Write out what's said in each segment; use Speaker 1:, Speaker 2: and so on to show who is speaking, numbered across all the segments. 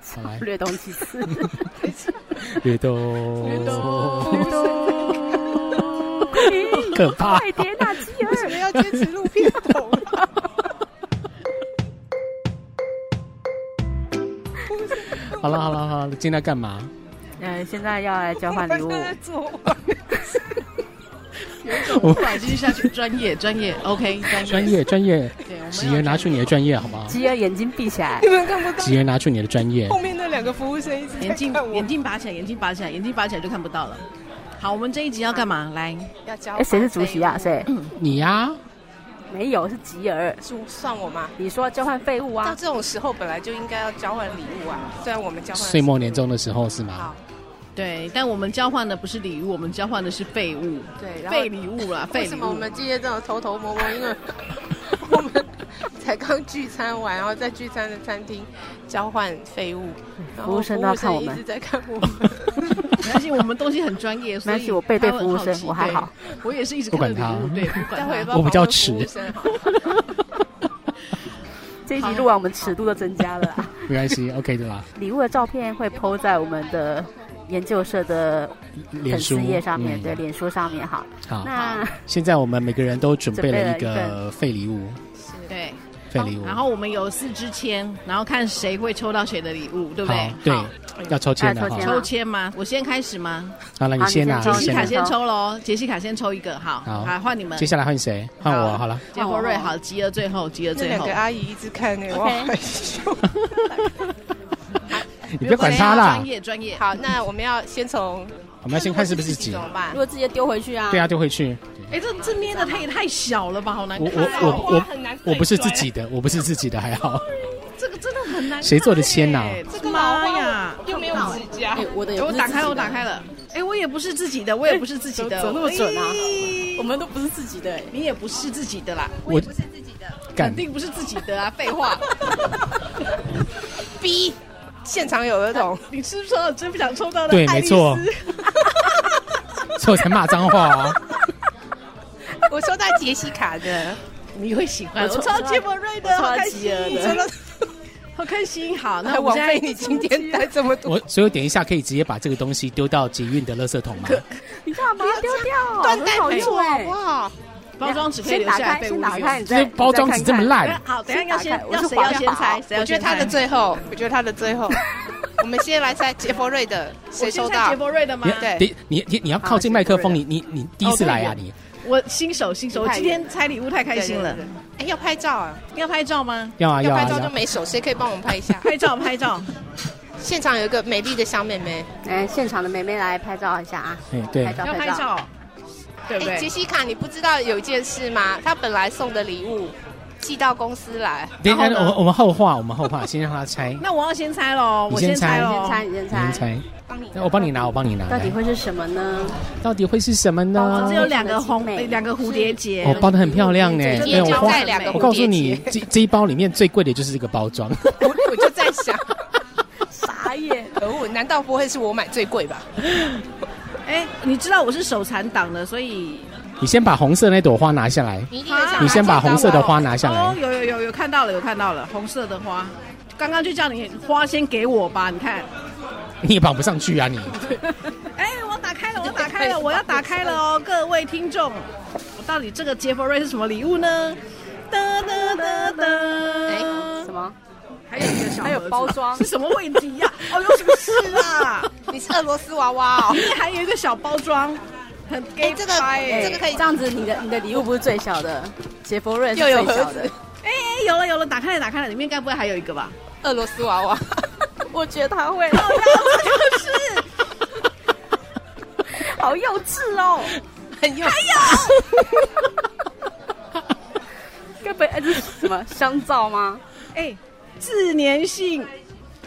Speaker 1: 好来，
Speaker 2: 略懂其 词。
Speaker 1: 略懂，
Speaker 3: 略懂
Speaker 2: 略懂，快点，
Speaker 1: 可怕。
Speaker 2: 快点啊，吉
Speaker 3: 为什
Speaker 2: 尔！
Speaker 3: 么要坚持录片头 啊？
Speaker 1: 好了好了好了，今天干嘛？
Speaker 2: 嗯，现在要来交换礼 物
Speaker 3: 我，在做
Speaker 4: 不然继续下去，专业专业，OK，专业
Speaker 1: 专，业专业，
Speaker 4: 对，我们
Speaker 1: 几
Speaker 4: 要
Speaker 1: 人拿出你的专业好不好？
Speaker 2: 吉尔眼睛闭起来
Speaker 3: 你。们看不
Speaker 1: 几
Speaker 3: 到
Speaker 1: 人拿出你的专业
Speaker 3: 后，面那两个服务生一直在
Speaker 4: 眼镜
Speaker 3: 看我
Speaker 4: 眼，镜拔起来，眼镜拔起来，眼镜拔起来就看不到了。好，我们这一集要干嘛？来，
Speaker 3: 要教
Speaker 2: 哎，谁是主席啊？谁？
Speaker 1: 你呀、
Speaker 2: 没有，是吉尔。
Speaker 3: 主算我吗？
Speaker 2: 你说交换废物
Speaker 3: 到
Speaker 2: 啊？
Speaker 3: 这种时候本来就应该要交换礼物啊，虽然我们交换
Speaker 1: 岁末年终的时候是吗？
Speaker 3: 好，
Speaker 4: 对，但我们交换的不是礼物，我们交换的是废物，
Speaker 3: 对，然后
Speaker 4: 废礼物啦，废
Speaker 3: 为
Speaker 4: 礼
Speaker 3: 什
Speaker 4: 物
Speaker 3: 么。我们今天这种偷偷摸摸？因为我们才刚聚餐完，然后在聚餐的餐厅交换废物，然后
Speaker 2: 服务生都要看我
Speaker 3: 一
Speaker 2: 们
Speaker 3: 直在看我们。
Speaker 4: 没关系，我们东西很专业，所
Speaker 2: 没关
Speaker 4: 以
Speaker 2: 系我背对
Speaker 4: 他会
Speaker 2: 服务
Speaker 4: 很好
Speaker 2: 生
Speaker 4: 奇
Speaker 2: 我还
Speaker 4: 对
Speaker 2: 好
Speaker 4: 我也是一直
Speaker 1: 不管
Speaker 4: 看礼物
Speaker 1: 他
Speaker 4: 对，不
Speaker 3: 待
Speaker 4: 管
Speaker 3: 会
Speaker 4: 他
Speaker 3: 要
Speaker 1: 我比较
Speaker 3: 帮服务
Speaker 1: 迟
Speaker 3: 生好
Speaker 2: 这一集录完，我们尺度都增加了啦。
Speaker 1: 没关系，OK 的啦。
Speaker 2: 礼物的照片会 PO 在我们的研究社的
Speaker 1: 脸
Speaker 2: 粉
Speaker 1: 书
Speaker 2: 丝页上面，
Speaker 1: 嗯
Speaker 2: 对，脸书上面哈。
Speaker 1: 好。
Speaker 2: 那
Speaker 1: 现在我们每个人都准备了一
Speaker 2: 准备了
Speaker 1: 个废礼物，
Speaker 4: 对。
Speaker 1: 废礼物。
Speaker 4: 然后我们有四支签，然后看谁会抽到谁的礼物，对不对
Speaker 1: 好？对
Speaker 4: 好，
Speaker 1: 要抽签
Speaker 2: 哎
Speaker 1: 的
Speaker 2: 抽
Speaker 1: 哈
Speaker 2: 签。
Speaker 4: 抽签吗？我先开始吗？
Speaker 1: 好了，你
Speaker 2: 好
Speaker 1: 先
Speaker 2: 你
Speaker 1: 拿，
Speaker 2: 先
Speaker 4: 杰
Speaker 2: 抽
Speaker 1: 你
Speaker 4: 西
Speaker 1: 先
Speaker 4: 卡
Speaker 2: 你
Speaker 1: 拿。
Speaker 4: 先抽喽，杰西卡先抽一个，好，
Speaker 1: 好
Speaker 4: 好，换你们
Speaker 1: 接。下来换谁？换我好了。
Speaker 4: 杰波瑞好，吉儿最后，吉儿
Speaker 3: 这
Speaker 4: 最
Speaker 3: 两
Speaker 4: 后
Speaker 3: 个。阿姨一直看那个，我好害羞。
Speaker 1: 你不要管他啦
Speaker 4: 专，业专业。
Speaker 3: 好，那我们要先从
Speaker 1: 我们要先看是不是
Speaker 3: 自己
Speaker 1: 己
Speaker 3: 怎。么办
Speaker 5: 如？果直接丢回去啊，
Speaker 1: 对啊，就会去。
Speaker 4: 哎，这这捏的它也太小了吧，好难
Speaker 1: 我
Speaker 4: 看
Speaker 1: 我
Speaker 4: 哦。
Speaker 1: 我
Speaker 3: 花很难
Speaker 1: 我我不是
Speaker 3: 碎
Speaker 1: 自
Speaker 3: 砖
Speaker 1: 己的，我不是自己的，还好。
Speaker 4: 这个真的很难看。
Speaker 1: 谁做的签呐
Speaker 4: 哎这个妈呀！
Speaker 3: 又没有指甲
Speaker 5: 哎，我的也
Speaker 4: 哎
Speaker 5: 不
Speaker 4: 我
Speaker 5: 是
Speaker 4: 打
Speaker 5: 自己
Speaker 4: 开，
Speaker 5: 的
Speaker 4: 我打，开了。哎，我也不是自己的，我也不是自己的，
Speaker 5: 怎么那么准啊
Speaker 4: 喂
Speaker 5: 我们都不是自己的哎，
Speaker 4: 你也不是自己的啦，
Speaker 1: 我不是自己的。
Speaker 4: 肯
Speaker 1: 干，
Speaker 4: 定不是自己的啊！废 话，
Speaker 3: B，现场有那种
Speaker 4: 你是不是说真不想抽到的？
Speaker 1: 对，没错。所以我才骂脏话啊！
Speaker 3: 我收到杰西卡的，
Speaker 4: 你会喜
Speaker 3: 呃
Speaker 4: 欢。
Speaker 5: 我
Speaker 4: 我
Speaker 5: 抽
Speaker 4: 超杰波瑞的，
Speaker 5: 我抽到
Speaker 4: 好开
Speaker 5: 吉
Speaker 4: 心
Speaker 5: 儿，
Speaker 3: 收
Speaker 5: 的
Speaker 3: 到
Speaker 4: 好开心。好，
Speaker 3: 还
Speaker 4: 那我
Speaker 3: 哎枉
Speaker 4: 们现在
Speaker 3: 费你今天带这么多。
Speaker 1: 我所以我等一下可以直接把这个东西丢到捷运的垃圾桶吗？
Speaker 2: 你干嘛丢掉？
Speaker 3: 断
Speaker 2: 很
Speaker 3: 带
Speaker 2: 好
Speaker 3: 没
Speaker 2: 用
Speaker 3: 好
Speaker 6: 欸
Speaker 2: 哎
Speaker 3: 不。好？
Speaker 4: 包装纸可以
Speaker 2: 先
Speaker 4: 留
Speaker 2: 打
Speaker 4: 下来
Speaker 2: 开，
Speaker 4: 备
Speaker 2: 先
Speaker 4: 物
Speaker 2: 打开，
Speaker 4: 用。
Speaker 2: 你
Speaker 1: 这
Speaker 2: 再
Speaker 1: 个包装纸这么，
Speaker 2: 你再看看
Speaker 1: 烂，
Speaker 4: 好，等一下要
Speaker 2: 先打
Speaker 4: 先
Speaker 2: 开
Speaker 4: 要
Speaker 2: 我是
Speaker 4: 谁要
Speaker 2: 保镖
Speaker 4: 先猜
Speaker 2: 宝？
Speaker 4: 谁要
Speaker 3: 我觉得
Speaker 4: 先
Speaker 3: 他的
Speaker 4: 猜
Speaker 3: 最后，我觉得他的最 后，我们先来猜杰佛瑞的，谁
Speaker 4: 我先
Speaker 3: 收
Speaker 4: 猜
Speaker 3: 到
Speaker 4: 杰？波瑞的吗
Speaker 1: 你？
Speaker 3: 对
Speaker 1: 你你你你要靠近麦克风，你你你第一次来啊
Speaker 4: 哦对
Speaker 1: 你。
Speaker 4: 我新手新手，我
Speaker 3: 太
Speaker 4: 今天拆礼物太开心了
Speaker 3: 对。。对对哎，要拍照啊！
Speaker 4: 要拍 照吗？
Speaker 1: 要啊
Speaker 3: 要
Speaker 1: 要
Speaker 3: 拍
Speaker 1: 啊
Speaker 3: 照
Speaker 1: 要
Speaker 3: 就没手，谁可以帮我们拍一下？
Speaker 4: 拍照拍照，
Speaker 3: 现场有一个美丽的小妹妹，
Speaker 2: 哎，现场的妹妹来拍照一下啊！
Speaker 1: 哎对
Speaker 2: 拍照
Speaker 4: 要拍照， 对不
Speaker 3: 哎，杰
Speaker 4: 对？
Speaker 3: 西卡，你不知道有一件事吗？她本来送的礼物寄到公司来，
Speaker 1: 等一下，
Speaker 3: 然后
Speaker 1: 我
Speaker 3: 呢
Speaker 1: 们我们后话，我们后话，先让他猜，你
Speaker 4: 那我要先猜喽，
Speaker 1: 你
Speaker 4: 我
Speaker 1: 先猜
Speaker 4: 猜
Speaker 2: 你先
Speaker 4: 喽。
Speaker 2: 猜，你先
Speaker 1: 先
Speaker 2: 猜，
Speaker 1: 猜。
Speaker 3: 帮你
Speaker 1: 那哎我帮你拿，我帮你拿。
Speaker 2: 到底
Speaker 1: 来
Speaker 2: 会是什么呢？
Speaker 1: 到底会是什么
Speaker 2: 包
Speaker 1: 呢
Speaker 2: 装
Speaker 4: 我只？有两个
Speaker 3: 哦
Speaker 4: 红，哎
Speaker 2: 美
Speaker 4: 两个蝴蝶结
Speaker 1: 我。包的很漂亮呢，
Speaker 2: 这
Speaker 3: 今天
Speaker 1: 哎我
Speaker 3: 就
Speaker 1: 花
Speaker 3: 带两个
Speaker 1: 我
Speaker 3: 蝴
Speaker 1: 告诉你
Speaker 3: 蝶结，，
Speaker 1: 这这一包里面最贵的就是这个包装。
Speaker 3: 我我就在想，
Speaker 2: 傻眼！
Speaker 3: 可恶，难道不会是我买最贵吧？
Speaker 4: 哎，你知道我是手残党的，所以
Speaker 1: 你先把红色那朵花拿下来，
Speaker 3: 你一定很想
Speaker 1: 你先把红 色的花
Speaker 3: 拿
Speaker 1: 拿下
Speaker 4: 哦
Speaker 1: 来，。
Speaker 4: 有有有有看到了，有看到了，红色的花。刚刚就叫你花先给我吧，你看，
Speaker 1: 你也绑不上去啊你。
Speaker 4: 哎，我打开了，我打开了，我要打开了哦，各位听众，我到底这个杰佛瑞是什么礼物呢？哒哒哒哒，
Speaker 3: 哎
Speaker 2: 什么？
Speaker 4: 还有你的小盒子，
Speaker 2: 还有包装
Speaker 4: 是什么问题呀、哦，有什么事 啊？
Speaker 3: 这个。你是俄罗斯娃娃哦
Speaker 4: 里。面还有一个小包装，很 gay
Speaker 3: 哎，这个
Speaker 4: 掰 哎
Speaker 3: 这个可以
Speaker 2: 这样子，你的你的礼物不是最小的，杰佛瑞是
Speaker 3: 又有
Speaker 2: 最
Speaker 3: 盒
Speaker 2: 小
Speaker 3: 子
Speaker 2: 的。
Speaker 4: 哎、哎有了有了，打开了打开了，里面该不会还有一个 吧？
Speaker 3: 俄罗斯 娃娃，
Speaker 2: 我觉得他会，
Speaker 4: 就是，
Speaker 2: 好幼稚哦，
Speaker 3: 很有。
Speaker 2: 该不会哎这是什么香皂吗？
Speaker 4: 哎、自粘性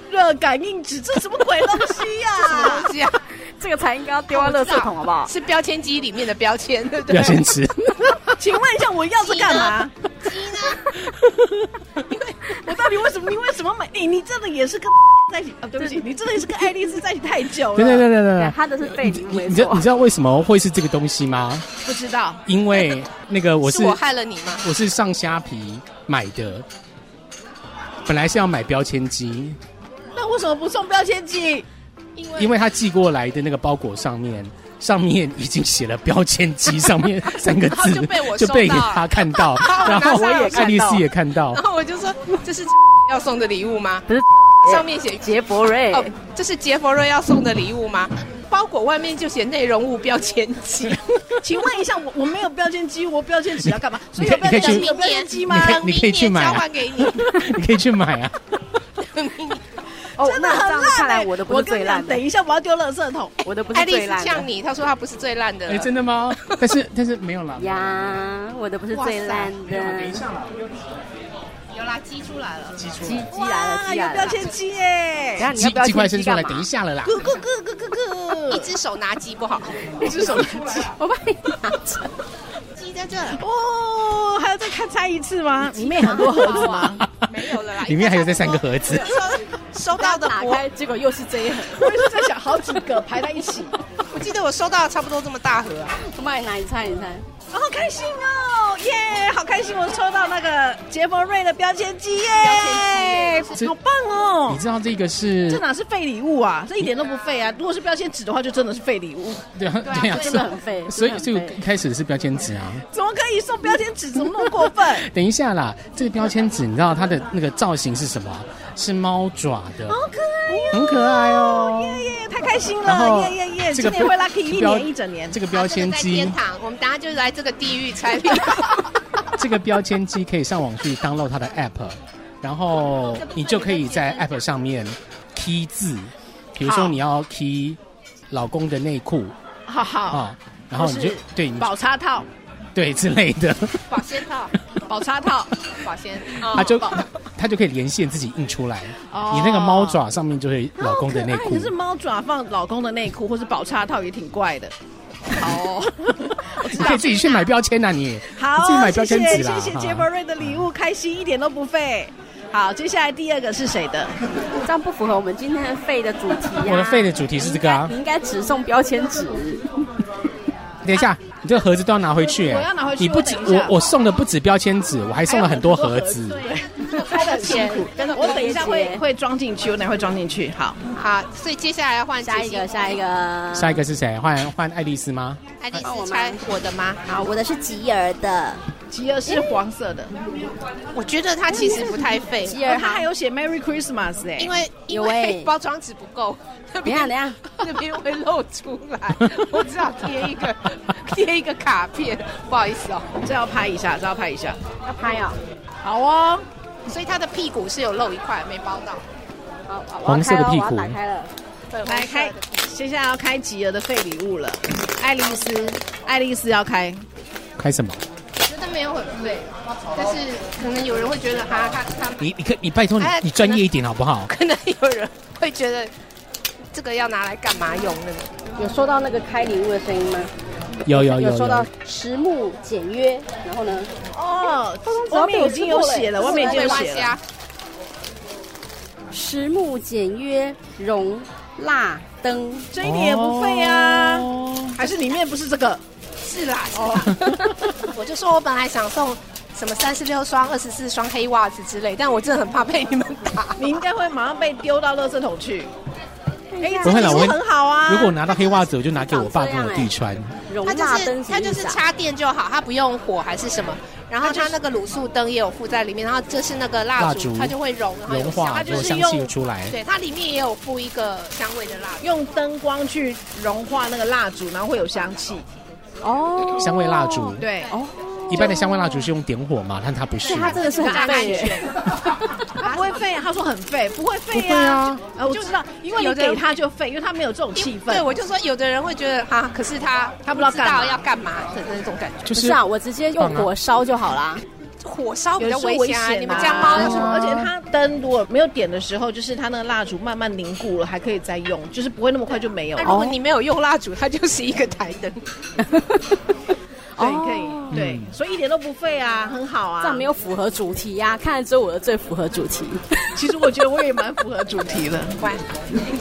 Speaker 4: 热感应纸，这什么鬼东西呀、
Speaker 3: 什么东西啊？
Speaker 2: 这个才应该要 丢在垃圾桶，好不好？
Speaker 3: 是标签机里面的标签，对不
Speaker 1: 不要
Speaker 3: 对？
Speaker 1: 先 吃，
Speaker 4: 请问一下，我要这干嘛？ 我到底为什么？你为什么买？哎、你真的也 是跟在一起啊？对不起，你真的也是跟爱丽丝在一起太久了。
Speaker 3: 啊
Speaker 1: 对对对对
Speaker 2: 对
Speaker 1: 对，
Speaker 2: 他的是背礼物，
Speaker 1: 你
Speaker 2: 没
Speaker 1: 你知道
Speaker 2: 错
Speaker 1: 你。知道为什么会是这个东西吗？
Speaker 4: 不知道。
Speaker 1: 因为那个我
Speaker 3: 是
Speaker 1: 是
Speaker 3: 我害了你吗？
Speaker 1: 我是上虾皮买的，本来是要买标签机，
Speaker 4: 那为什么不送标签机？
Speaker 3: 因为
Speaker 1: 因为他寄过来的那个包裹上面，上面已经写了标签机上 面三个字，
Speaker 3: 然后就被我
Speaker 1: 就被
Speaker 3: 收到了
Speaker 1: 他看到，然后
Speaker 3: 我也看
Speaker 2: 到
Speaker 1: 爱丽丝也看 到
Speaker 3: 然，后我就说这是 要送的礼物吗？
Speaker 2: 不是
Speaker 3: 上面写
Speaker 2: 杰博瑞，
Speaker 3: 哦，这是杰佛瑞要送的礼物吗？包裹外面就写内容物标签机，
Speaker 4: 请问一下，我我没有标签机，我标签纸要干嘛？所以有
Speaker 1: 你
Speaker 4: 标
Speaker 1: 可以
Speaker 4: 签
Speaker 1: 去
Speaker 4: 机有标签机吗？
Speaker 1: 你可以你可以去买啊
Speaker 3: 明年交换给 你。
Speaker 1: 你可以去买啊。
Speaker 2: 哦，
Speaker 4: 真的
Speaker 2: 那这
Speaker 4: 很烂
Speaker 2: 样
Speaker 4: 欸、
Speaker 2: 看来我的不是
Speaker 4: 跟
Speaker 2: 最
Speaker 4: 你讲
Speaker 2: 烂
Speaker 4: 等
Speaker 2: 的，哎
Speaker 4: 一下我要丢垃圾桶。
Speaker 2: 我的不
Speaker 3: 爱
Speaker 2: 是
Speaker 3: 丽
Speaker 2: 最
Speaker 3: 丝
Speaker 2: 烂
Speaker 3: 哎呛
Speaker 2: 的
Speaker 3: 你，她说她不是最烂的了。
Speaker 1: 哎，真的吗？但是但是没有啦。
Speaker 2: 呀，我的不是最烂
Speaker 1: 没有啦等一
Speaker 2: 的，
Speaker 1: 下啦，
Speaker 5: 有啦，鸡出来了，
Speaker 1: 寄出
Speaker 2: 鸡
Speaker 1: 来，
Speaker 2: 鸡来了，鸡
Speaker 4: 有
Speaker 2: 来
Speaker 4: 标
Speaker 2: 了，
Speaker 4: 签机耶、
Speaker 2: 等一下你要
Speaker 1: 寄
Speaker 2: 不要
Speaker 1: 寄块
Speaker 2: 先
Speaker 1: 伸
Speaker 2: 鸡
Speaker 1: 出
Speaker 2: 干
Speaker 1: 来，
Speaker 2: 嘛
Speaker 1: 等一下 了啦。
Speaker 4: 咕咕咕咕咕咕
Speaker 3: 一只手拿鸡不好，
Speaker 4: 咕，一只手
Speaker 2: 我帮你拿着，
Speaker 3: 鸡在这
Speaker 4: 哦，还要再看猜一 次吗？
Speaker 2: 里面很多盒子
Speaker 4: 啊
Speaker 2: 吗？
Speaker 3: 没有了啦。
Speaker 1: 里面还有这三个盒 子，
Speaker 3: 收到的
Speaker 5: 打
Speaker 3: 薄，
Speaker 5: 开结果又是这一盒，
Speaker 4: 我也是在想好几个排在一起，
Speaker 3: 我记得我收到的差不多这么大盒啊。
Speaker 5: 我帮你拿，你猜，你猜，
Speaker 4: 哦好开心哦，耶、好开心！我抽到那个杰佛瑞的标签机耶、
Speaker 1: 机
Speaker 4: 好棒哦
Speaker 1: 你！知道这个是
Speaker 4: 这哪是废礼物啊？这一点都不废啊！如果是标签纸的话，就真的是废礼物。
Speaker 1: 对啊对啊，
Speaker 2: 真的很废，
Speaker 1: 所以
Speaker 2: 真
Speaker 1: 就
Speaker 2: 的很废
Speaker 1: 开始是标签纸啊。
Speaker 4: 怎么可以送标签纸？怎么那么过 分？
Speaker 1: 等一下啦，这个标签纸你知道它的那个造型是什么啊？是猫爪的，
Speaker 4: 好可爱哟、
Speaker 1: 很可爱哦。
Speaker 4: 耶耶，太开心
Speaker 1: 然
Speaker 4: 了！
Speaker 1: 后
Speaker 4: 耶耶耶，
Speaker 1: 这个
Speaker 4: 今年会 lucky 一
Speaker 1: 标
Speaker 4: 年一整年。
Speaker 1: 这个标签
Speaker 3: 这个在
Speaker 1: 机
Speaker 3: 天，堂，我们等下就来这个地狱 拆礼
Speaker 1: 这个标签机可以上网去 download 它的 app，然后你就可以在 app 上面 key 字，比如说
Speaker 4: 好
Speaker 1: 你要 key 老公的内裤
Speaker 4: 好好，
Speaker 1: 啊，然后你就
Speaker 4: 或是
Speaker 1: 对你
Speaker 4: 保插套，
Speaker 1: 对之类的，
Speaker 3: 保鲜套，
Speaker 4: 保插套，
Speaker 3: 保鲜
Speaker 1: 它
Speaker 3: 啊
Speaker 1: 就 它就可以连线自己印出来，
Speaker 4: 哦
Speaker 1: 你那个猫爪上面就是老公的内
Speaker 4: 好可爱
Speaker 1: 裤
Speaker 4: 可，是猫爪放老公的内裤或是保插套也挺 怪的。好哦， 我
Speaker 1: 你
Speaker 4: 知道
Speaker 1: 可以自己去买标签呐，你
Speaker 4: 好
Speaker 1: 你自己
Speaker 4: 哦，
Speaker 1: 买
Speaker 4: 谢
Speaker 1: 标签
Speaker 4: 谢
Speaker 1: 纸啦
Speaker 4: 谢谢
Speaker 1: 哈嗯
Speaker 4: 杰佛瑞的礼物，开心一点都不费。好，接下来第二个是谁的？
Speaker 2: 这样不符合我们今天的废的主题呀。
Speaker 1: 我的废的主题是这个啊
Speaker 2: 你应该你应该只送标签纸，
Speaker 1: 等一下，你这个盒子都要拿回去、哎
Speaker 4: 我要拿回去
Speaker 1: 你不止
Speaker 4: 我等一下
Speaker 1: 我我送的不止标签纸，我还送了很多盒子。
Speaker 4: 开的很辛苦，
Speaker 2: 真的
Speaker 4: 我等一下
Speaker 2: 不
Speaker 4: 会
Speaker 2: 理解
Speaker 4: 会装进去，我等一下会装进去。好，
Speaker 3: 好，所以接下来换
Speaker 2: 下一个，下一个，
Speaker 1: 下一个是谁？换换爱丽丝吗？
Speaker 3: 爱丽丝拆我的吗？
Speaker 2: 好，我的是吉尔的，
Speaker 4: 吉尔是黄色的，
Speaker 3: 我觉得它其实不太费，
Speaker 2: 吉
Speaker 4: 哦
Speaker 2: 尔
Speaker 4: 它还
Speaker 2: 好。
Speaker 4: 有写 Merry Christmas 哎、
Speaker 3: 因为因
Speaker 2: 有
Speaker 3: 为
Speaker 2: 欸
Speaker 3: 包装纸不够，那
Speaker 2: 等一
Speaker 3: 边
Speaker 2: 下，等一下，
Speaker 3: 那边会露出来， 我只好贴一个 贴一个卡片，不好意思哦。
Speaker 4: 这要拍一下，这要拍一下。
Speaker 2: 要拍哦。
Speaker 4: 好哦，
Speaker 3: 所以它的屁股是有露一块，没包到。
Speaker 2: 好，好
Speaker 1: 红色的屁股
Speaker 2: 我要打开了。
Speaker 3: 粉红
Speaker 4: 来
Speaker 3: 色
Speaker 4: 开
Speaker 3: 的，
Speaker 4: 接下来要开吉儿的废礼物了。爱丽丝，爱丽丝要开，
Speaker 1: 开什么？
Speaker 3: 我觉得没有很费，但是可能有人会觉得啊，他他
Speaker 1: 你你可你拜托你
Speaker 3: 哎
Speaker 1: 你专业一点好不好？
Speaker 3: 可能有人会觉得这个要拿来干嘛用呢？
Speaker 2: 有收到那个开礼物的声音吗？
Speaker 1: 有哦有有
Speaker 2: 收到
Speaker 1: 有，
Speaker 2: 实木简约，然后呢？
Speaker 4: 哦
Speaker 2: 通，常
Speaker 4: 外面已经有写了，
Speaker 2: 只
Speaker 4: 外
Speaker 2: 要被
Speaker 4: 面已经
Speaker 3: 没
Speaker 4: 有
Speaker 3: 关
Speaker 4: 写
Speaker 3: 系
Speaker 4: 了。
Speaker 3: 啊，
Speaker 2: 实木简约绒蜡灯，
Speaker 4: 这一点也不费啊，
Speaker 1: 哦
Speaker 4: 还是里面不是这个？
Speaker 3: 是啦。哦， 我就说我本来想送什么三十六双、二十四双黑袜子之类，但我真的很怕被你们打。
Speaker 4: 你应该会马上被丢到垃圾桶去。哎，
Speaker 1: 不
Speaker 4: 这
Speaker 1: 会
Speaker 4: 个
Speaker 1: 啦
Speaker 4: 礼
Speaker 1: 我会
Speaker 4: 物很好啊。
Speaker 1: 如果我拿到黑袜子，我就拿给我
Speaker 2: 长
Speaker 1: 爸
Speaker 2: 这
Speaker 1: 跟
Speaker 2: 样
Speaker 1: 我弟穿。
Speaker 2: 绒
Speaker 3: 它就
Speaker 2: 蜡灯
Speaker 3: 是
Speaker 2: 什么
Speaker 3: 它就
Speaker 2: 意
Speaker 3: 是
Speaker 2: 思啊？
Speaker 3: 插电就好，它不用火还是什么。然后它那个卤素灯也有附在里面，然后这是那个蜡
Speaker 1: 蜡烛
Speaker 3: 烛，它就会融，然后有
Speaker 1: 融
Speaker 3: 香
Speaker 1: 化
Speaker 4: 它
Speaker 1: 之后
Speaker 4: 就是
Speaker 1: 香气
Speaker 4: 用
Speaker 1: 出来，
Speaker 3: 对，它里面也有附一个香味的蜡烛。
Speaker 4: 用灯光去融化那个蜡烛，然后会有香气。
Speaker 2: 哦，
Speaker 1: 香味蜡烛。，
Speaker 4: 对，
Speaker 2: 哦，
Speaker 1: 一般的香味蜡烛是用点火嘛，但它不是
Speaker 2: 所以。它真的是很
Speaker 3: 安
Speaker 2: 费
Speaker 3: 全
Speaker 2: 耶。
Speaker 4: 他不会废，他说很废，不会废
Speaker 1: 不会啊
Speaker 4: 就呃，我知道，因为你
Speaker 3: 有的人
Speaker 4: 给他就废，因为他没有这种气氛。
Speaker 3: 对，我就说有的人会觉得哈，可是他
Speaker 4: 他不
Speaker 3: 不
Speaker 4: 知道
Speaker 3: 知
Speaker 4: 干
Speaker 3: 道
Speaker 4: 嘛
Speaker 3: 要干嘛的那种感觉。
Speaker 1: 就
Speaker 2: 不
Speaker 1: 是
Speaker 2: 是啊，我直接用火烧就好啦。
Speaker 3: 火烧比
Speaker 4: 有
Speaker 3: 较
Speaker 4: 的时候
Speaker 3: 危
Speaker 4: 危
Speaker 3: 险啊！
Speaker 4: 险、啊，
Speaker 3: 你们家猫要
Speaker 1: 是
Speaker 3: 是
Speaker 1: 吗
Speaker 4: 而且它灯如果没有点的时候，就是它那个蜡烛慢慢凝固了，还可以再用，就是不会那么快就没有
Speaker 3: 那
Speaker 4: 了。
Speaker 3: 如果你没有用蜡烛，它就是一个台灯。
Speaker 1: 啊
Speaker 4: 对，
Speaker 2: 哦
Speaker 4: 可以，对，嗯所以一点都不废啊，很好啊。
Speaker 2: 这 样没有符合主题呀、看来只有我的最符合主题。
Speaker 4: 其实我觉得我也蛮符合主题的。
Speaker 3: 乖，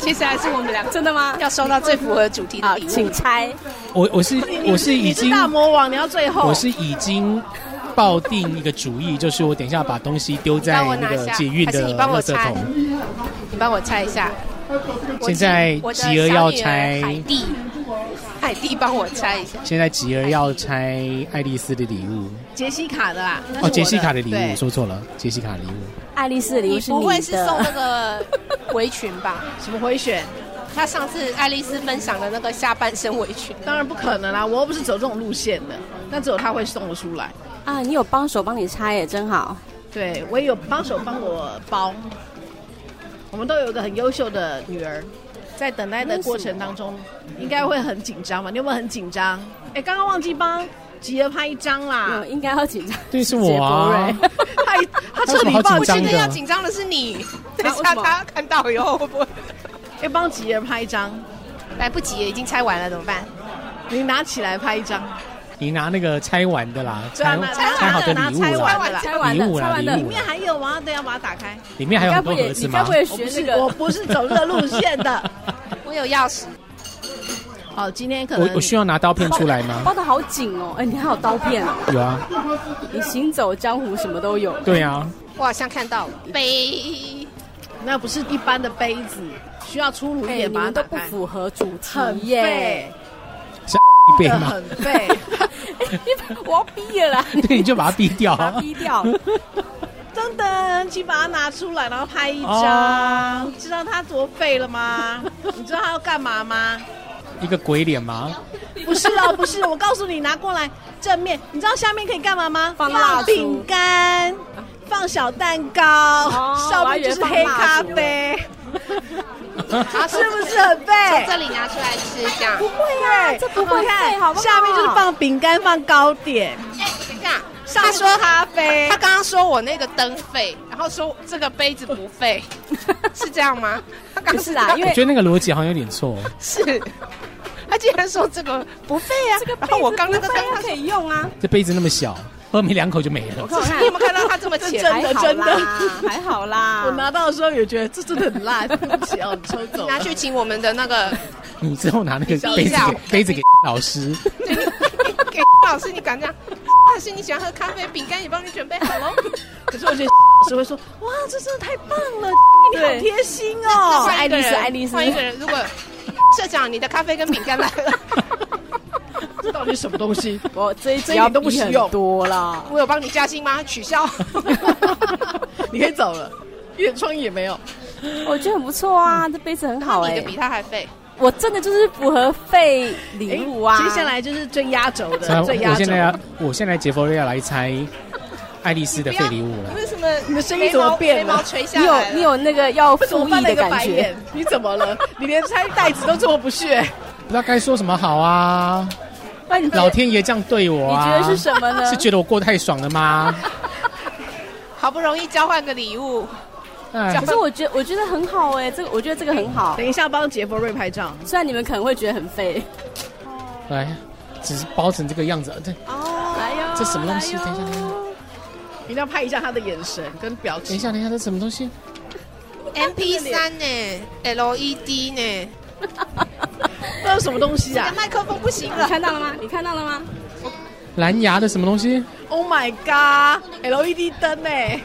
Speaker 3: 接下来是我们两个
Speaker 2: 真的吗？
Speaker 3: 要收到最符合主题的
Speaker 2: 好，
Speaker 3: 礼物
Speaker 2: 请。拆。
Speaker 1: 我我是我是
Speaker 4: 你
Speaker 1: 已
Speaker 4: 是
Speaker 1: 经
Speaker 4: 大魔王，你要最后。
Speaker 1: 我是已经抱定一个主意，就是我等一下把东西丢在
Speaker 3: 帮我
Speaker 1: 那
Speaker 3: 拿
Speaker 1: 个
Speaker 3: 下
Speaker 1: 捷运
Speaker 3: 还是
Speaker 1: 的
Speaker 3: 你帮
Speaker 1: 垃
Speaker 3: 我
Speaker 1: 圾
Speaker 3: 拆
Speaker 1: 桶。
Speaker 3: 帮我猜一下。我
Speaker 1: 现在
Speaker 3: 我的
Speaker 1: 吉儿
Speaker 3: 小
Speaker 1: 要
Speaker 3: 女儿
Speaker 1: 拆
Speaker 3: 海蒂，
Speaker 7: 海蒂帮我猜一下，
Speaker 1: 现在吉儿要拆爱丽丝的礼物
Speaker 4: 杰西卡的啊啦，那是
Speaker 1: 哦，
Speaker 4: 我
Speaker 1: 杰西卡的礼物，
Speaker 4: 对
Speaker 1: 说错了，杰西卡的礼物，
Speaker 6: 爱丽丝的礼
Speaker 3: 你
Speaker 6: 物是
Speaker 3: 不会是送那
Speaker 6: 的，
Speaker 3: 个围裙 吧？
Speaker 4: 什么回选？
Speaker 3: 她上次爱丽丝分享的那个下半身围裙，
Speaker 4: 当然不可能啦，我又不是走这种路线的，那只有他会送得出来。
Speaker 6: 啊，你有帮手帮你拆耶，真好。
Speaker 4: 对我也有帮手帮我包，我们都有一个很优秀的女儿，在等待的过程当中，应该会很紧张嘛？你有没有很紧张？哎，刚刚忘记帮吉儿拍一张啦
Speaker 6: 嗯，，应该要紧张。
Speaker 1: 对，啊是我啊
Speaker 6: 杰，博瑞
Speaker 4: 他他彻
Speaker 1: 他有
Speaker 4: 底
Speaker 1: 什么好
Speaker 4: 爆
Speaker 1: 紧
Speaker 4: 气
Speaker 1: 张
Speaker 3: 真的
Speaker 1: 的
Speaker 3: 要紧张的是 你，等一
Speaker 4: 为
Speaker 3: 下
Speaker 4: 什么
Speaker 3: 她看到以后会不会
Speaker 4: 要哎帮吉儿拍一张，
Speaker 3: 来不及了？已经拆完了怎么办？
Speaker 4: 你拿起来拍一张，
Speaker 1: 你拿那个拆完的啦，
Speaker 4: 对啊
Speaker 1: 拆
Speaker 4: 拿
Speaker 1: 拆好的
Speaker 4: 拿
Speaker 1: 礼物啊
Speaker 4: 拆完
Speaker 1: 啦，
Speaker 4: 的啦，
Speaker 6: 拆完
Speaker 1: 礼
Speaker 6: 了，
Speaker 1: 物
Speaker 6: 拆
Speaker 1: 啦
Speaker 6: 完了
Speaker 1: 礼
Speaker 4: 里
Speaker 1: 物，
Speaker 4: 面还有吗？等一下把它打开。
Speaker 1: 里面还有
Speaker 6: 该
Speaker 1: 很
Speaker 6: 不
Speaker 1: 哎多
Speaker 6: 也
Speaker 1: 盒子
Speaker 6: 你该
Speaker 1: 吗
Speaker 6: 不？会
Speaker 4: 我
Speaker 6: 学
Speaker 4: 不是
Speaker 6: 那，个
Speaker 4: 我不是走这个路线的。
Speaker 3: 我有钥匙，
Speaker 4: 哦，今天可
Speaker 1: 我
Speaker 4: 能
Speaker 1: 我需要拿刀片出来 吗？
Speaker 6: 包的好紧哦，哎，你还有刀片哦，
Speaker 1: 有啊，
Speaker 6: 你行走江湖什么都有。
Speaker 1: 对啊，
Speaker 3: 我好像看到了杯，
Speaker 4: 那不是一般的杯子，需要粗鲁一
Speaker 6: 哎，
Speaker 4: 点
Speaker 6: 你
Speaker 4: 把它
Speaker 6: 们
Speaker 4: 打
Speaker 6: 都
Speaker 4: 开。
Speaker 6: 不符合主题
Speaker 4: 很
Speaker 6: 耶！哎
Speaker 1: 是
Speaker 4: 废，
Speaker 1: 一倍
Speaker 4: 真的
Speaker 1: 吗
Speaker 4: 很？废。
Speaker 6: 你我要毕业了，
Speaker 1: 对，你就把它逼掉，
Speaker 6: 把它逼掉。
Speaker 4: 噔噔，请把它拿出来，然后拍一张。
Speaker 1: 哦
Speaker 4: 知道它多废了吗？你知道它要干嘛吗？
Speaker 1: 一个鬼脸吗？
Speaker 4: 不是哦，不是，我告诉你，拿过来正面，你知道下面可以干嘛吗？
Speaker 6: 放蜡烛
Speaker 4: 饼干，放小蛋糕，
Speaker 6: 哦
Speaker 4: 上
Speaker 6: 我还
Speaker 4: 面
Speaker 6: 以为
Speaker 4: 就是
Speaker 6: 放
Speaker 4: 黑
Speaker 6: 蜡
Speaker 4: 咖
Speaker 6: 烛
Speaker 4: 啡，
Speaker 3: 好
Speaker 4: 是不是很
Speaker 3: 从
Speaker 4: 废？
Speaker 3: 这里拿出来吃这样。
Speaker 4: 对呀，
Speaker 6: 哎这不会
Speaker 4: 看
Speaker 6: 废好不好
Speaker 4: 下面就是放饼干，放糕点，
Speaker 3: 哎，等一下，
Speaker 4: 上
Speaker 3: 他
Speaker 4: 面是
Speaker 3: 说
Speaker 4: 咖啡
Speaker 3: 他。刚刚说我那个灯费，然后说这个杯子不 费，是这样吗？他刚
Speaker 6: 不是 啦，因
Speaker 1: 我
Speaker 6: 为
Speaker 1: 觉得那个逻辑好像有点错。
Speaker 3: 是， 他竟然说这个不费啊。
Speaker 6: 这个杯
Speaker 3: 然
Speaker 6: 子
Speaker 3: 后我刚那个
Speaker 6: 不
Speaker 3: 灯
Speaker 6: 会，
Speaker 3: 他
Speaker 6: 可
Speaker 3: 说
Speaker 6: 以用啊。
Speaker 1: 这杯子那么小，喝没两口就没了
Speaker 6: 我。看我看
Speaker 3: 你有没有看到他这么浅？
Speaker 4: 真的真的
Speaker 6: 还好啦，
Speaker 4: 我拿到的时候也觉得这真的很辣，对不起哦，你抽走
Speaker 3: 你
Speaker 4: 了
Speaker 3: 拿。去请我们的那 个
Speaker 1: 你之后拿那个
Speaker 3: 笑
Speaker 1: 杯子
Speaker 3: 笑
Speaker 1: 给杯子给老师，
Speaker 3: 对你哎给给老师，你敢这样？ 老师，你喜欢喝咖啡，饼干也帮你准备好喽。
Speaker 4: 可是我觉得老师会说，哇，这真的太棒了，你好
Speaker 6: 对
Speaker 4: 贴心
Speaker 3: 那
Speaker 4: 哦。
Speaker 3: 换一个人
Speaker 6: 爱丽丝爱
Speaker 3: 换
Speaker 6: 丽丝
Speaker 3: 一个人。如果社长，你的咖啡跟饼干来了，
Speaker 4: 这到底什么东西？
Speaker 6: 我这一集
Speaker 4: 这一
Speaker 6: 要
Speaker 4: 点都不
Speaker 6: 逼
Speaker 4: 实
Speaker 6: 很
Speaker 4: 用
Speaker 6: 多啦。
Speaker 3: 我有帮你加薪吗？取消。
Speaker 4: 你可以走了，一点创意也没有。
Speaker 6: 我觉得很不错啊，这杯子很好
Speaker 3: 你
Speaker 6: 哎
Speaker 3: 的、比他还废。
Speaker 6: 我真的就是符合费礼物啊。
Speaker 4: 哎接下来就是最压轴
Speaker 1: 那
Speaker 4: 的，最
Speaker 1: 我
Speaker 4: 压轴
Speaker 1: 现在。要我现在杰佛瑞要来猜爱丽丝的废礼 物了。
Speaker 3: 为什么
Speaker 4: 你的声音怎么变
Speaker 3: 眉毛眉
Speaker 4: 了
Speaker 3: 毛垂下
Speaker 6: 你有
Speaker 3: 来了
Speaker 6: 你有那个要
Speaker 4: 为什么
Speaker 6: 复议
Speaker 4: 翻了
Speaker 6: 的
Speaker 4: 一个
Speaker 6: 感
Speaker 4: 白
Speaker 6: 觉
Speaker 4: 眼，？你怎么了？你连拆袋子都这么不屑？
Speaker 1: 不 知道该说什么好啊！
Speaker 6: 那哎你觉得
Speaker 1: 老天爷这样对我、
Speaker 6: 你
Speaker 1: 啊，
Speaker 6: 觉得是什么呢？
Speaker 1: 是觉得我过太爽了吗？
Speaker 3: 好不容易交换个礼物，
Speaker 1: 哎
Speaker 6: 可，是我觉得我觉得很好哎、这个我觉得这个很好。
Speaker 4: 等一下帮杰佛瑞拍照，
Speaker 6: 虽然你们可能会觉得很费，
Speaker 1: 来，只是包成这个样子，哎这
Speaker 6: 来哟，
Speaker 1: 这什么东西
Speaker 6: 来哟
Speaker 1: 等一下
Speaker 4: 一定要拍一下他的眼神跟表
Speaker 1: 等一
Speaker 4: 情。
Speaker 1: 下，等一下，这什么东西？
Speaker 3: M P 三呢，LED 呢，
Speaker 4: 那是什么东西
Speaker 3: 这
Speaker 4: 啊
Speaker 3: 麦克风不行
Speaker 6: 你
Speaker 3: 了。
Speaker 6: 看到了吗？你看到了吗？
Speaker 1: 蓝牙的什么东西？
Speaker 4: ？Oh my god！LED 灯哎，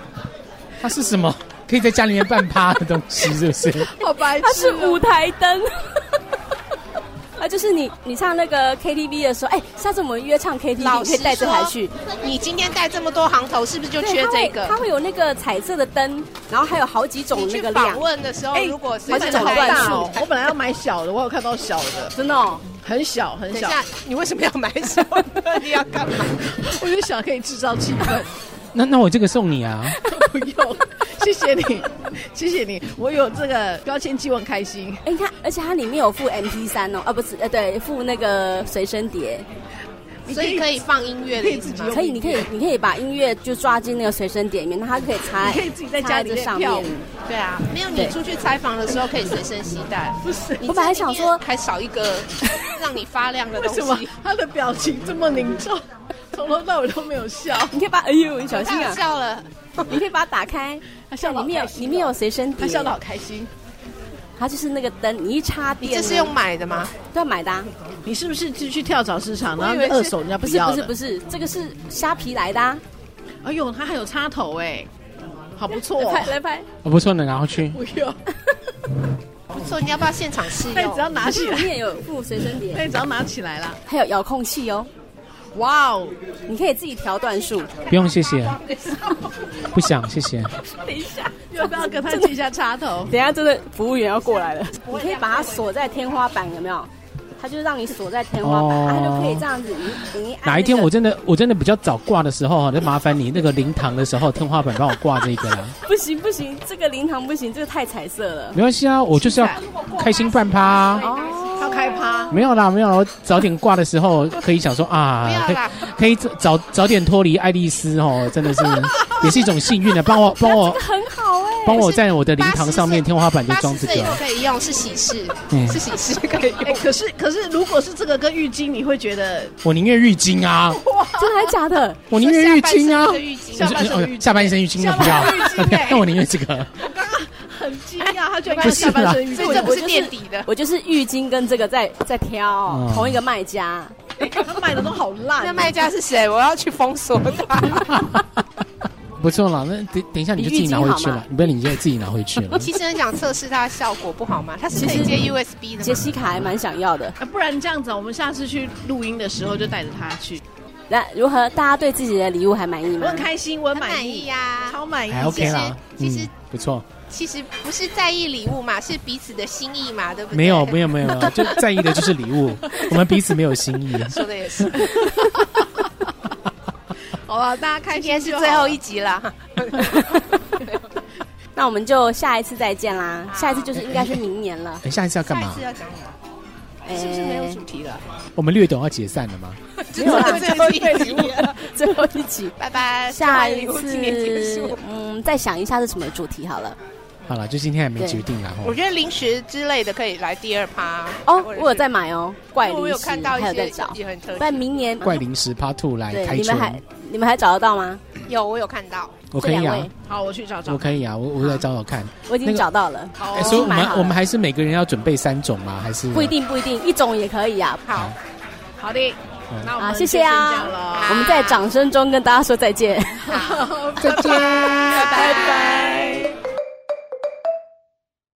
Speaker 1: 它是什么？可以在家里面办趴的东西，是不是？
Speaker 4: 好 白
Speaker 6: 它
Speaker 4: 痴
Speaker 6: 是
Speaker 4: 哦！
Speaker 6: 舞台灯。 啊，就是你，你唱那个 KTV 的时候，哎、下次我们约唱 KTV，
Speaker 3: 老
Speaker 6: 你
Speaker 3: 实
Speaker 6: 可以带这台
Speaker 3: 说
Speaker 6: 去。
Speaker 3: 你今天带这么多行头，是不是就
Speaker 6: 对，
Speaker 3: 缺
Speaker 6: 它
Speaker 3: 这
Speaker 6: 会
Speaker 3: 个
Speaker 6: 它？会有那个彩色的灯，然后还有好几种
Speaker 3: 你
Speaker 6: 那
Speaker 3: 去
Speaker 6: 个
Speaker 3: 访
Speaker 6: 亮，
Speaker 3: 问的时候，如果是
Speaker 6: 好几
Speaker 3: 这
Speaker 6: 种
Speaker 3: 个
Speaker 6: 段
Speaker 4: 大
Speaker 6: 数
Speaker 4: 哦！我本来要买小的，我有看到小的，
Speaker 6: 真的、哦。
Speaker 4: 很小很
Speaker 3: 等一
Speaker 4: 小。
Speaker 3: 下，你为什么要买手？ 你要干嘛？
Speaker 4: 我就想可以制造气氛，
Speaker 1: 那那我这个送你啊！
Speaker 4: 不用，谢谢你，谢谢你，我有这个标签机，我很开心。
Speaker 6: 哎、你看，而且它里面有附 MP 三哦，啊不是，呃对，附那个随身碟，
Speaker 3: 所以可以放音乐的意思
Speaker 4: 可以自己
Speaker 3: 吗
Speaker 4: 用？
Speaker 6: 可以，你可以，你可以把音乐就抓进那个随身碟里面，那它可以插，
Speaker 4: 你可以自己在家里
Speaker 6: 插在这
Speaker 4: 面
Speaker 6: 上
Speaker 4: 跳舞，
Speaker 3: 对啊，没有你
Speaker 6: 对
Speaker 3: 出去采访的时候可以随身携带。
Speaker 4: 不是？
Speaker 6: 我本来想说
Speaker 3: 还少一 个让你发亮的
Speaker 4: 为
Speaker 3: 东
Speaker 4: 什么
Speaker 3: 西。
Speaker 4: 他的表情这么凝重，从头到尾都没有笑？
Speaker 6: 你可以把，哎呦，你小心
Speaker 3: 太好
Speaker 6: 啊！
Speaker 3: 笑了，
Speaker 6: 你可以把它打开，
Speaker 4: 他笑
Speaker 6: 像里
Speaker 4: 得好
Speaker 6: 面
Speaker 4: 开
Speaker 6: 有
Speaker 4: 心哦
Speaker 6: 里面有随身碟，
Speaker 4: 他笑得好开心。
Speaker 6: 它就是那个灯，你一插
Speaker 3: 你
Speaker 6: 电呢，
Speaker 3: 这是用买的吗？
Speaker 6: 都要买的、啊，
Speaker 4: 你是不是去去跳蚤市场，然后
Speaker 3: 我以为
Speaker 4: 那
Speaker 3: 是
Speaker 4: 二手人家
Speaker 6: 不是
Speaker 4: 要
Speaker 6: 不
Speaker 4: 了？
Speaker 6: 是不是，这个是虾皮来的、啊，
Speaker 4: 哎呦，他还有插头哎，好不错哦。
Speaker 6: 来拍来拍，
Speaker 1: 哦、不错呢，拿回去。
Speaker 4: 不用，
Speaker 3: 不错，你要不要现场试
Speaker 4: 那你只要
Speaker 3: 用？
Speaker 4: 拿起
Speaker 6: 里
Speaker 4: 来，
Speaker 6: 面有附随身碟，
Speaker 4: 那你只要拿起来啦。
Speaker 6: 还有遥控器哦，
Speaker 4: 哇哦，
Speaker 6: 你可以自己调段 数。
Speaker 1: 不用谢谢，不想谢谢。
Speaker 6: 等一下，
Speaker 4: 要不要跟他接一下插头？
Speaker 6: 等一下，真的服务员要过来了。你可以把它锁在天花板，有没有？它就让你锁在天花板，啊
Speaker 1: 哦
Speaker 6: 它就可以这样子。你你按那个
Speaker 1: 哪一天我真的我真的比较早挂的时候哈，就麻烦你那个灵堂的时候，天花板帮我挂这个啦。
Speaker 6: 不行不行，这个灵堂不行，这个太彩色了。
Speaker 1: 没关系啊，我就是要开心办趴、啊。
Speaker 6: 哦，
Speaker 4: 要开趴，
Speaker 1: 没有啦，没有啦，我早点挂的时候可以想说啊
Speaker 3: 不，要
Speaker 1: 可以
Speaker 3: 啦
Speaker 1: 可以早早点脱离爱丽丝哦，真的是也是一种幸运的。帮我帮我
Speaker 6: 很好哎、
Speaker 1: 帮我在我的灵堂上面
Speaker 3: 八十岁
Speaker 1: 天花板就
Speaker 3: 八
Speaker 1: 装
Speaker 3: 十
Speaker 1: 这
Speaker 3: 岁以哦
Speaker 1: 个，
Speaker 3: 后
Speaker 1: 啊
Speaker 3: 可以用，是喜事，
Speaker 1: 嗯
Speaker 3: 是喜事可以
Speaker 4: 哎、
Speaker 3: 用。
Speaker 4: 可是可是，如果是这个跟浴巾，你会觉得
Speaker 1: 我宁愿浴巾啊，
Speaker 6: 真的还假的？
Speaker 1: 我宁愿浴巾啊
Speaker 3: 下半身的。浴巾
Speaker 4: 下半身的浴巾
Speaker 1: 你说哦下半身浴巾那不要
Speaker 4: 下半身浴巾，哎
Speaker 1: 那我宁愿这个。
Speaker 3: 哎
Speaker 4: 很惊讶，哎他居然
Speaker 1: 不
Speaker 4: 看
Speaker 1: 是啦
Speaker 4: 下半身浴
Speaker 3: 所以
Speaker 4: 巾
Speaker 3: 这不是垫底的，
Speaker 6: 我就是浴巾跟这个在在挑、
Speaker 1: 嗯
Speaker 6: 同一个卖家。
Speaker 4: 他卖的都好烂
Speaker 3: 那。卖家是谁？我要去封锁他。
Speaker 1: 不错啦，那等等一下你就自己拿回去
Speaker 6: 你浴巾好
Speaker 1: 了
Speaker 6: 吗，
Speaker 1: 你不要你就自己拿回去了。
Speaker 3: 其实很想测试它的效果，不好吗？它是可
Speaker 6: 其
Speaker 3: 以
Speaker 6: 实
Speaker 3: 接 USB 的
Speaker 6: 杰
Speaker 3: 吗？
Speaker 6: 西卡还蛮想要的。
Speaker 4: 啊、不然这样子啊，我们下次去录音的时候就带着他去。
Speaker 6: 那如何？大家对自己的礼物还满意
Speaker 4: 我
Speaker 6: 吗
Speaker 4: 很？开心，我很
Speaker 3: 嗯很
Speaker 4: 满
Speaker 3: 满
Speaker 4: 意
Speaker 3: 意，啊呀。
Speaker 6: 啊
Speaker 4: 超满意。
Speaker 1: 还哎 OK 啦，
Speaker 3: 其实
Speaker 1: 嗯不错。
Speaker 3: 其实不是在意礼物嘛，是彼此的心意嘛，对不对？
Speaker 1: 没有没有没 有，没有就在意的就是礼物，我们彼此没有心意。
Speaker 3: 说的也 是，
Speaker 4: 好了，大家开
Speaker 3: 今天
Speaker 4: 心就是好
Speaker 3: 最后一集啦。
Speaker 6: 那我们就下一次再见啦。下一次就是应该是明年了。
Speaker 1: 哎，下一次要干
Speaker 3: 下一
Speaker 1: 嘛
Speaker 3: 次？要讲什么？
Speaker 6: 是不是没有主
Speaker 4: 题了。
Speaker 1: 我们略懂要解散了吗？
Speaker 6: 没有啦，
Speaker 3: 最后一集，
Speaker 6: 哎最后一集。
Speaker 3: 拜拜。
Speaker 6: 下一
Speaker 3: 礼物
Speaker 6: 次
Speaker 3: 今年结束。
Speaker 6: 嗯，再想一下是什么主题好了。
Speaker 1: 好了，就今天还没决定啦。
Speaker 3: 我
Speaker 1: 吼
Speaker 3: 觉得零食之类的可以来第二趴
Speaker 6: 哦，
Speaker 3: 或者是
Speaker 6: 我有在买哦，怪
Speaker 3: 我
Speaker 6: 零
Speaker 3: 有
Speaker 6: 食，
Speaker 3: 看到一
Speaker 6: 还有在
Speaker 3: 些
Speaker 6: 找。
Speaker 3: 也很特
Speaker 6: 但
Speaker 3: 别，
Speaker 6: 明年
Speaker 1: 怪零食 Part Two 来
Speaker 6: 对
Speaker 1: 开
Speaker 6: 你们还
Speaker 1: 春，
Speaker 6: 你们还找得到吗？
Speaker 3: 有我有看到，
Speaker 1: 我
Speaker 6: 这
Speaker 1: 可以
Speaker 6: 两
Speaker 1: 啊
Speaker 6: 位，，
Speaker 4: 好，我去找找。
Speaker 1: 我可以啊，我我来找找看。
Speaker 6: 我已
Speaker 1: 那
Speaker 6: 经
Speaker 1: 个
Speaker 6: 找到了。
Speaker 4: 好
Speaker 1: 哎，所以我
Speaker 6: 我已经买好
Speaker 1: 们
Speaker 6: 了
Speaker 1: 我们还是每个人要准备三种吗？还是
Speaker 6: 不一？定，不一定，一种也可以啊。
Speaker 3: 好，
Speaker 4: 好的，那我
Speaker 6: 啊
Speaker 4: 们
Speaker 6: 谢谢
Speaker 4: 就先
Speaker 6: 啊
Speaker 4: 这样了。
Speaker 6: 我们在掌声中跟大家说再见。
Speaker 3: 好，
Speaker 1: 再见，
Speaker 3: 拜
Speaker 1: 拜
Speaker 3: 拜。